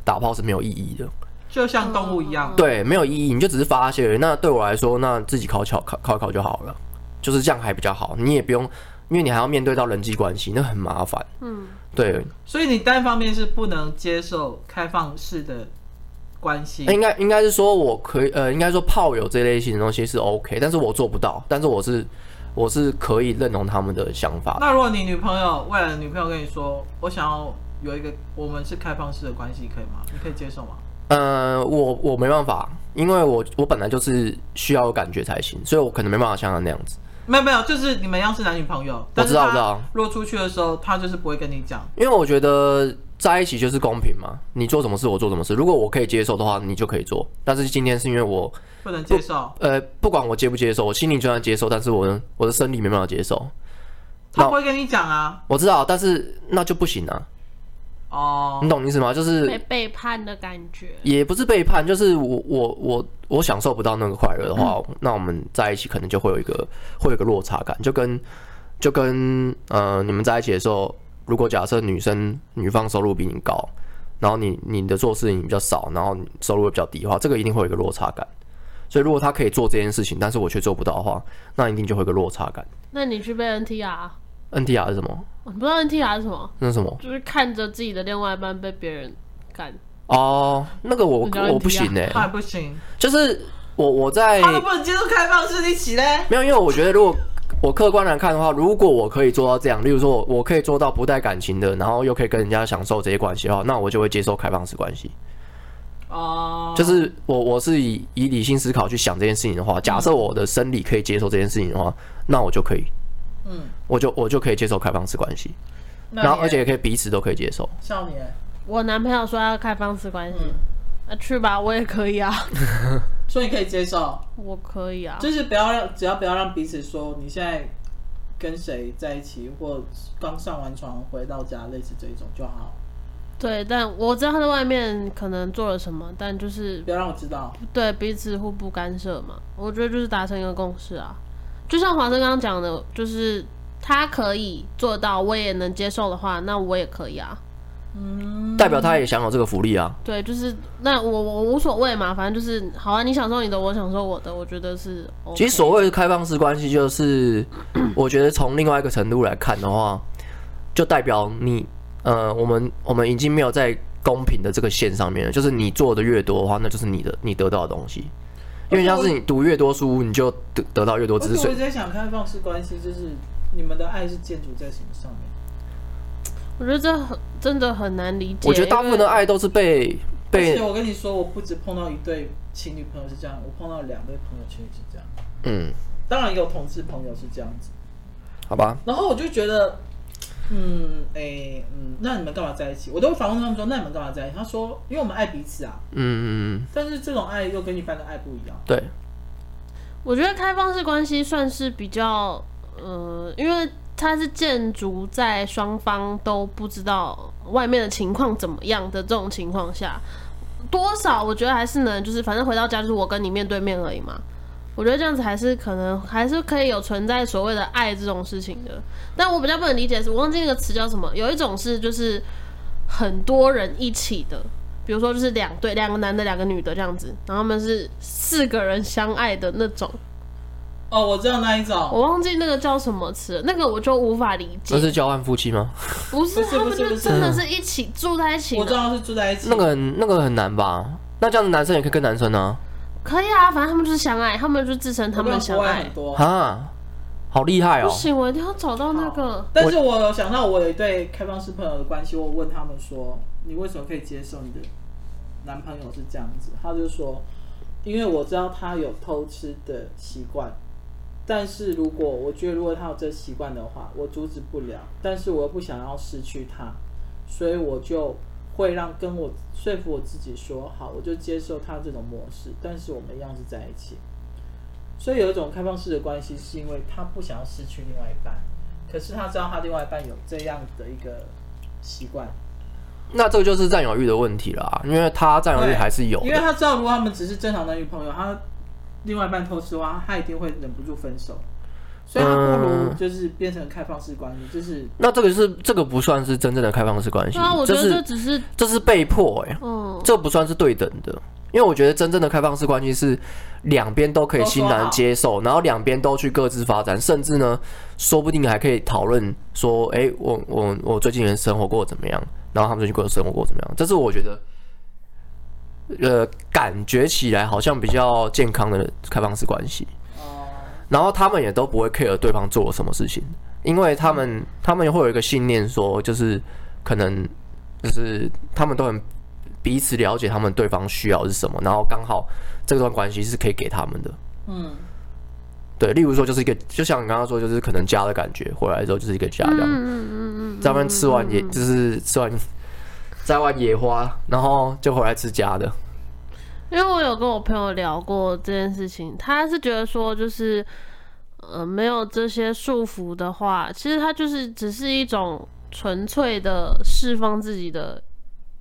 B: 打炮是没有意义的。
C: 就像动物一样，
A: 嗯
B: 对，没有意义，你就只是发泄而已。那对我来说，那自己考考考考一考就好了，就是这样还比较好。你也不用，因为你还要面对到人际关系，那很麻烦。
A: 嗯，
B: 对，
C: 所以你单方面是不能接受开放式的关系。
B: 应该应该是说我可以，呃，应该说炮友这类型的东西是 OK，但是我做不到，但是我是我是可以认同他们的想法。
C: 那如果你女朋友未来的女朋友跟你说，我想要有一个我们是开放式的关系，可以吗？你可以接受吗？
B: 呃，我我没办法，因为我我本来就是需要有感觉才行，所以我可能没办法像他那样子。
C: 没有没有，就是你们要是男女朋友，但是
B: 知道
C: 他
B: 我知道
C: 如果出去的时候，他就是不会跟你讲。
B: 因为我觉得在一起就是公平嘛，你做什么事我做什么事，如果我可以接受的话，你就可以做。但是今天是因为我，
C: 不能接受，
B: 呃，不管我接不接受，我心灵就算接受，但是我的我的生理没办法接受。
C: 他不会跟你讲啊。
B: 我知道，但是那就不行啊，
C: 哦
B: 你，懂意思吗？就
A: 被
B: 是
A: 背叛的感觉。
B: 也不是背叛，就是我我我我享受不到那个快乐的话，
C: 嗯
B: 那我们在一起可能就会有一个会有一个落差感，就跟就跟呃你们在一起的时候，如果假设女生女方收入比你高，然后你你的做事情比较少，然后你收入会比较低的话，这个一定会有一个落差感。所以如果他可以做这件事情，但是我却做不到的话，那一定就会有一个落差感。
A: 那你去被 NTR，
B: NTR 是什么？
A: 我哦不知道 NTR 是什么，
B: 那是什么？
A: 就是看着自己的另外一半被别人干。
B: 哦，那个我
A: 你知道 NTR
B: 我不行哎、
C: 他也不行，
B: 就是我我在
C: 他们不能接受开放式一起嘞。
B: 没有，因为我觉得如果我客观来看的话，如果我可以做到这样，例如说我我可以做到不带感情的，然后又可以跟人家享受这些关系的话，那我就会接受开放式关系。
C: 哦，
B: 就是我我是以以理性思考去想这件事情的话，假设我的生理可以接受这件事情的话，那我就可以，
C: 嗯，
B: 我就我就可以接受开放式关系，
C: 那
B: 然后
C: 你
B: 而且也可以彼此都可以接受。
C: 少年，
A: 我男朋友说要开放式关系，
C: 嗯
A: 那、去吧，我也可以啊，
C: 所以你可以接受，
A: 我可以啊。
C: 就是不要让，只要不要让彼此说你现在跟谁在一起，或刚上完床回到家，类似这一种就好，
A: 对，但我知道他在外面可能做了什么，但就是
C: 不要让我知道。
A: 对彼此互不干涉嘛。我觉得就是达成一个共识啊，就像黄生刚刚讲的，就是他可以做到，我也能接受的话，那我也可以啊。
B: 代表他也享有这个福利啊，
A: 对，就是那我我无所谓嘛，反正就是好啊，你享受你的，我享受我的，我觉得是 OK、
B: 其实所谓的开放式关系，就是 我觉得从另外一个程度来看的话，就代表你呃，我们我们已经没有在公平的这个线上面了。就是你做的越多的话，那就是你的你得到的东西。因为像是你读越多书，你就得得到越多
C: 而
B: 知
C: 且我一
B: 识
C: 直。在想，开放式关系就是你们的爱是建筑在什么上面？
A: 我觉得这很真的很难理解。
B: 我觉得大部分的
A: 因为
B: 爱都是被
C: 而
B: 被
C: 且我跟你说，我不止碰到一对情侣朋友是这样，我碰到两对朋友圈是这样，
B: 嗯，
C: 当然也有同事朋友是这样子。
B: 好吧，
C: 然后我就觉得，嗯，哎、嗯，那你们干嘛在一起？我都会反问他们说，那你们干嘛在一起？他说，因为我们爱彼此啊，
B: 嗯嗯嗯，
C: 但是这种爱又跟一般的爱不一样。
B: 对，
A: 我觉得开放式关系算是比较，呃，因为它是建筑在双方都不知道外面的情况怎么样的这种情况下，多少我觉得还是能，就是反正回到家就是我跟你面对面而已嘛。我觉得这样子还是可能还是可以有存在所谓的爱这种事情的，但我比较不能理解的是，我忘记那个词叫什么。有一种是就是很多人一起的，比如说就是两对，两个男的，两个女的这样子，然后他们是四个人相爱的那种。
C: 哦，我知道那一种，
A: 我忘记那个叫什么词了，那个我就无法理解
B: 那。是交换夫妻吗？
A: 不是，
C: 不是
A: 他
C: 不
A: 们
C: 是
A: 就
C: 不是
A: 真的是一起住在一起
C: 我知
A: 的。
C: 道是住在一起。
B: 那个很那个很难吧？那这样的男生也可以跟男生呢、
A: 可以啊，反正他们就是相爱，他们就自称他
C: 我跟
A: 们
C: 国
A: 相
C: 外
A: 爱
C: 很。多
B: 啊？。哈，好厉害
A: 不
B: 哦！
A: 行，我一定要找到那个。
C: 但是我有想到我有一对开放式朋友的关系，我有问他们说，你为什么可以接受你的男朋友是这样子？他就说，因为我知道他有偷吃的习惯，但是如果我觉得如果他有这习惯的话，我阻止不了，但是我又不想要失去他，所以我就会让跟我说服我自己说，好，我就接受他这种模式，但是我们一样是在一起。所以有一种开放式的关系，是因为他不想要失去另外一半，可是他知道他另外一半有这样的一个习惯，
B: 那这个就是占啊有欲的问题啦，因为他占有欲还是有
C: 因为
B: 的。
C: 他知道如果他们只是正常男女朋友，他另外一半偷吃的话，他一定会忍不住分手。所以他不如
B: 嗯
C: 就是变成开放式关系，就是
B: 那这个是这个不算是真正的开放式关系，
A: 对啊，我觉
B: 这
A: 得这
B: 是
A: 只是
B: 这是被迫哎、
A: 嗯，
B: 这不算是对等的，因为我觉得真正的开放式关系是两边都可以欣然接受，然后两边都去各自发展，甚至呢，说不定还可以讨论说，哎、我我我最近人生活过怎么样，然后他们最近过的生活过怎么样，这是我觉得，呃，感觉起来好像比较健康的开放式关系。
C: 哦，
B: 然后他们也都不会 care 对方做了什么事情，因为他们他们会有一个信念说，就是可能就是他们都很彼此了解他们对方需要的是什么，然后刚好这段关系是可以给他们的。
C: 嗯，
B: 对，例如说就是一个，就像你刚刚说，就是可能家的感觉，回来之后就是一个家这样，在外面吃完野，就是吃完摘完野花，然后就回来吃家的。
A: 因为我有跟我朋友聊过这件事情，他是觉得说，就是呃，没有这些束缚的话，其实他就是只是一种纯粹的释放自己的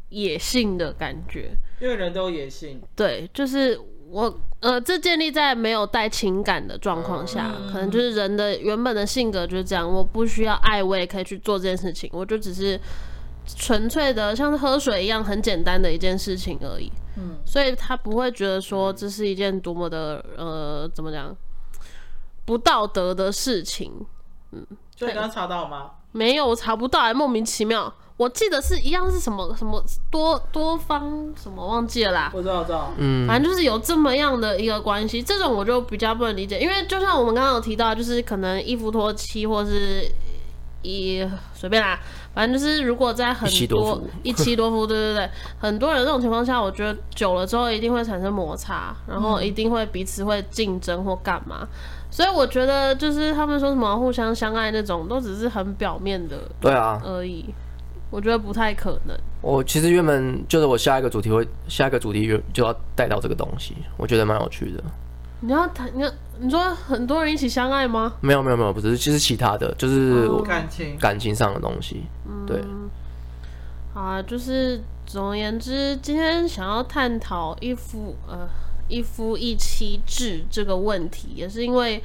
A: 野性的感觉。
C: 因为人都有野性，
A: 对，就是我呃，这建立在没有带情感的状况下，可能就是人的原本的性格就是这样，我不需要爱，我也可以去做这件事情，我就只是纯粹的像是喝水一样很简单的一件事情而已。
C: 嗯，
A: 所以他不会觉得说这是一件多么的呃，怎么讲不道德的事情。
C: 所以你刚刚查到吗？
A: 没有，我查不到、还莫名其妙。我记得是一样是什么什么多多方什么忘记了啦，
C: 我知道，我知道，
B: 嗯，
A: 反正就是有这么样的一个关系，这种我就比较不能理解，因为就像我们刚刚有提到，就是可能一夫多妻或是一随便啦，反正就是如果在很
B: 一妻多
A: 多
B: 夫
A: 一妻多夫，对对对，很多人这种情况下，我觉得久了之后一定会产生摩擦，然
B: 嗯
A: 后一定会彼此会竞争或干嘛，所以我觉得就是他们说什么互相相爱那种，都只是很表面的
B: 对啊，
A: 而已，我觉得不太可能。
B: 我其实原本就是我下一个主题会，下一个主题原就要带到这个东西，我觉得蛮有趣的。
A: 你要谈，你要你说很多人一起相爱吗？
B: 没有没有没有，不是，其实其他的就是我
C: 感情，
B: 感情上的东西。对，
A: 好啊，就是总而言之，今天想要探讨一夫呃一夫一妻制这个问题，也是因为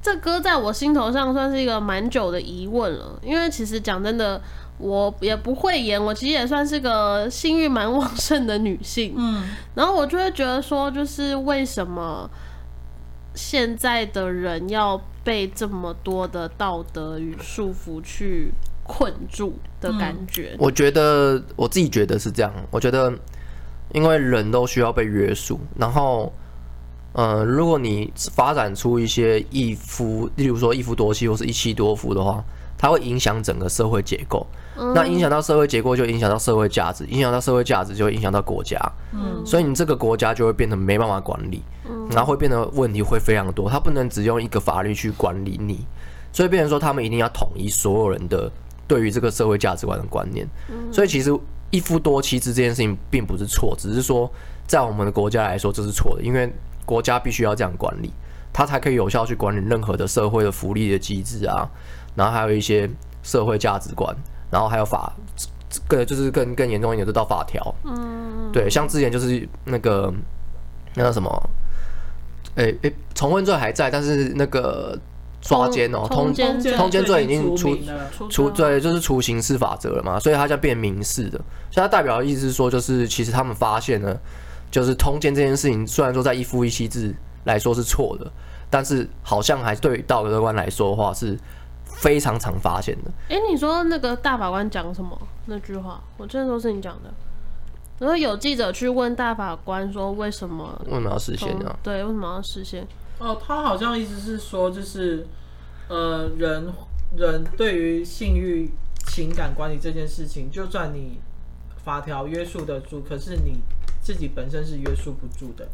A: 这歌在我心头上算是一个蛮久的疑问了。因为其实讲真的，我也不会演，我其实也算是个性欲蛮旺盛的女性，
C: 嗯，
A: 然后我就会觉得说，就是为什么现在的人要被这么多的道德与束缚去困住的感觉？
B: 我觉得我自己觉得是这样，我觉得因为人都需要被约束，然后。呃，如果你发展出一些一夫，例如说一夫多妻或是一妻多夫的话，它会影响整个社会结构。
A: 嗯
B: 那影响到社会结构，就影响到社会价值，影响到社会价值，就会影响到国家。
A: 嗯
B: 所以你这个国家就会变得没办法管理，然后会变得问题会非常多。它不能只用一个法律去管理你，所以变成说他们一定要统一所有人的对于这个社会价值观的观念。所以其实一夫多妻制这件事情并不是错，只是说在我们的国家来说这是错的，因为国家必须要这样管理，它才可以有效去管理任何的社会的福利的机制啊，然后还有一些社会价值观，然后还有法。更就是更更严重一点，就到法条，
A: 嗯
B: 对，像之前就是那个那个什么，诶、诶、重婚罪还在，但是那个抓奸哦、
A: 通
B: 通
A: 奸罪
B: 通奸罪已经
C: 除
B: 出
C: 名了，
B: 除
A: 罪
B: 对，就是除刑事法则了嘛，所以它就变民事的。所以它代表的意思是说，就是其实他们发现呢，就是通奸这件事情，虽然说在一夫一妻制来说是错的，但是好像还对于道德观来说的话是非常常发现的。
A: 哎、你说那个大法官讲什么那句话？我真的都是你讲的。然后有记者去问大法官说，为什么
B: 为什么要实现呢、
A: 对为什么要实现？
C: 哦，他好像意思是说，就是呃，人人对于性欲、情感管理这件事情，就算你法条约束得住，可是你自己本身是约束不住的，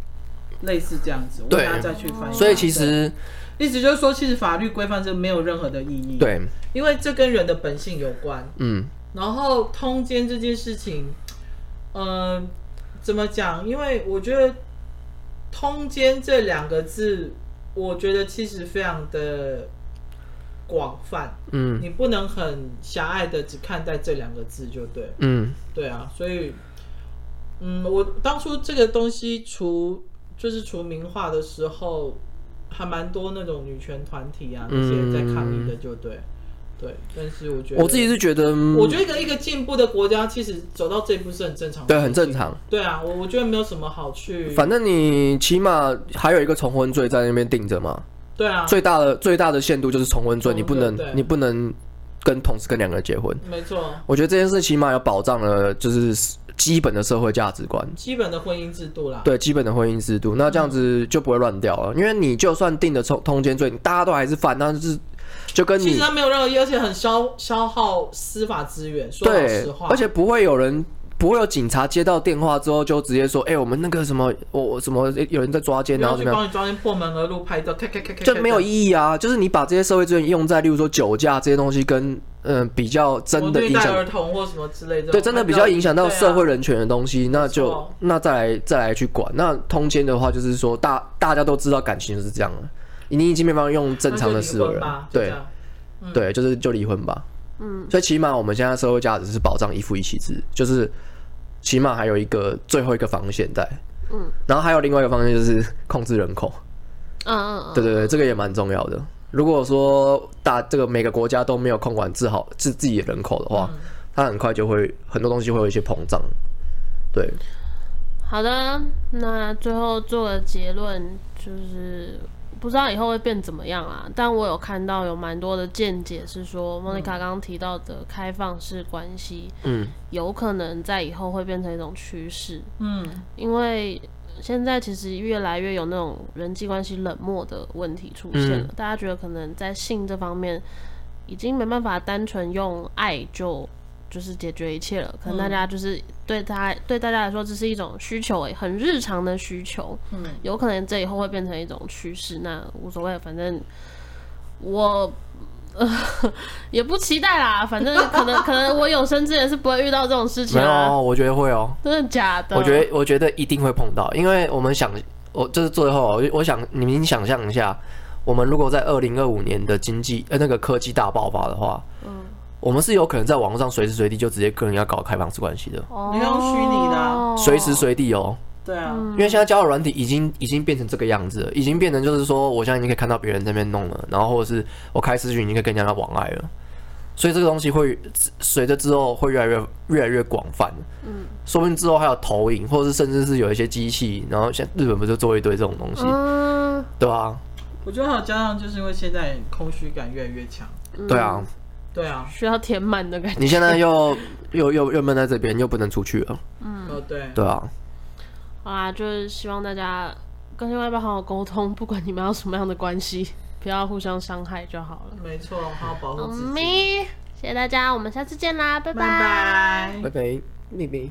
C: 类似这样子。我
B: 对
C: 等下再去翻译。
B: 所以其实
C: 对意思就是说，其实法律规范这没有任何的意义，，
B: 对，
C: 因为这跟人的本性有关。
B: 嗯，
C: 然后通奸这件事情，呃，怎么讲？因为我觉得“通奸”这两个字，我觉得其实非常的广泛，
B: 嗯，
C: 你不能很狭隘的只看待这两个字就对。
B: 嗯，
C: 对啊，所以，嗯，我当初这个东西除就是除名化的时候，还蛮多那种女权团体啊那些在抗议的，就对，对。但是我觉
B: 嗯
C: 得
B: 我自己是觉得，嗯
C: 我觉得一个一个进步的国家，其实走到这一步是很正常的。
B: 对很正常。
C: 对啊，我我觉得没有什么好去。
B: 反正你起码还有一个重婚罪在那边定着嘛，
C: 对啊，
B: 最大的最大的限度就是重婚罪，
C: 重婚罪
B: 你不能
C: 对
B: 你不能跟同时跟两个人结婚。
C: 没错，
B: 我觉得这件事起码有保障了，就是基本的社会价值观，
C: 基本的婚姻制度啦。
B: 对基本的婚姻制度，那这样子就不会乱掉了。因为你就算定的通通奸罪，你大家都还是犯，那就是就跟
C: 其实
B: 你
C: 它没有任何意义，而且很消消耗司法资源。说老
B: 对
C: 实话，，
B: 而且不会有人。不会有警察接到电话之后就直接说：“哎、我们那个什么，我我什么有人在抓奸，
C: 不
B: 然
C: 要
B: 后
C: 去
B: 怎么样
C: 帮啊你抓奸破门而入拍照，咔咔咔咔，
B: 就没有意义啊！就是你把这些社会资源用在，例如说酒驾这些东西跟，嗯比较真的
C: 虐
B: 影
C: 待
B: 响
C: 儿童或什么之类的，
B: 对，真的比较影响到社会人权的东西，那
C: 啊没
B: 就
C: 错
B: 那再来再来去管。那通奸的话，就是说大大家都知道感情就是这样了，你已经没办法用正常的思维了
C: 吧。，啊就这
B: 对
C: 样
B: 对，就是就离婚吧。嗯，所以起码我们现在社会价值是保障一夫一妻制，就是起码还有一个最后一个防线在。嗯，然后还有另外一个方面就是控制人口。
A: 嗯嗯
B: 对对对，这个也蛮重要的。如果说大这个每个国家都没有控管治好自自己的人口的话，它很快就会很多东西会有一些膨胀。对，
A: 嗯，好的，那最后做个结论，就是不知道以后会变怎么样啦。但我有看到有蛮多的见解是说，莫妮卡刚刚提到的开放式关系，
B: 嗯，
A: 有可能在以后会变成一种趋势，
C: 嗯，
A: 因为现在其实越来越有那种人际关系冷漠的问题出现了，
B: 嗯
A: 大家觉得可能在性这方面已经没办法单纯用爱就就是解决一切了，可
B: 嗯
A: 能大家就是对他、对大家来说这是一种需求、欸，很日常的需求，
C: 嗯，
A: 有可能这以后会变成一种趋势，那无所谓，反正我。 呃，也不期待啦，反正可能可能我有生之年是不会遇到这种事情
B: 没有
A: 啊
B: 哦，，我觉得会哦，
A: 真的假的？
B: 我觉得我觉得一定会碰到，因为我们想，我就是最后，哦我我想你们想象一下，我们如果在二零二五年的经济呃那个科技大爆发的话，嗯，我们是有可能在网络上随时随地就直接跟人家搞开放式关系
A: 哦
B: 的，
C: 你用虚拟的啊
B: 随时随地哦。
C: 对啊，
B: 因为现在交友软体已经已经变成这个样子了，已经变成就是说，我现在已经可以看到别人在那边弄了，然后或者是我开私讯已经可以跟人家往来了，所以这个东西会随着之后会越来越越来越广泛。嗯，说不定之后还有投影，或者是甚至是有一些机器，然后像日本不是做一堆这种东西，
A: 嗯，
B: 对啊，
C: 我觉得还有加上就是因为现在空虚感越来越强，
B: 对啊，
C: 对啊，
A: 需要填满的感觉。
B: 你现在又又又又闷在这边，又不能出去了，
C: 哦对，
B: 对啊，
A: 好啦，就是希望大家跟另外一半好好沟通，不管你们要什么样的关系， 不要互相伤害就好了。嗯
C: 没错，好好保护自己，
A: 咪，谢谢大家，我们下次见啦，拜
C: 拜拜。
B: 拜拜，妹妹。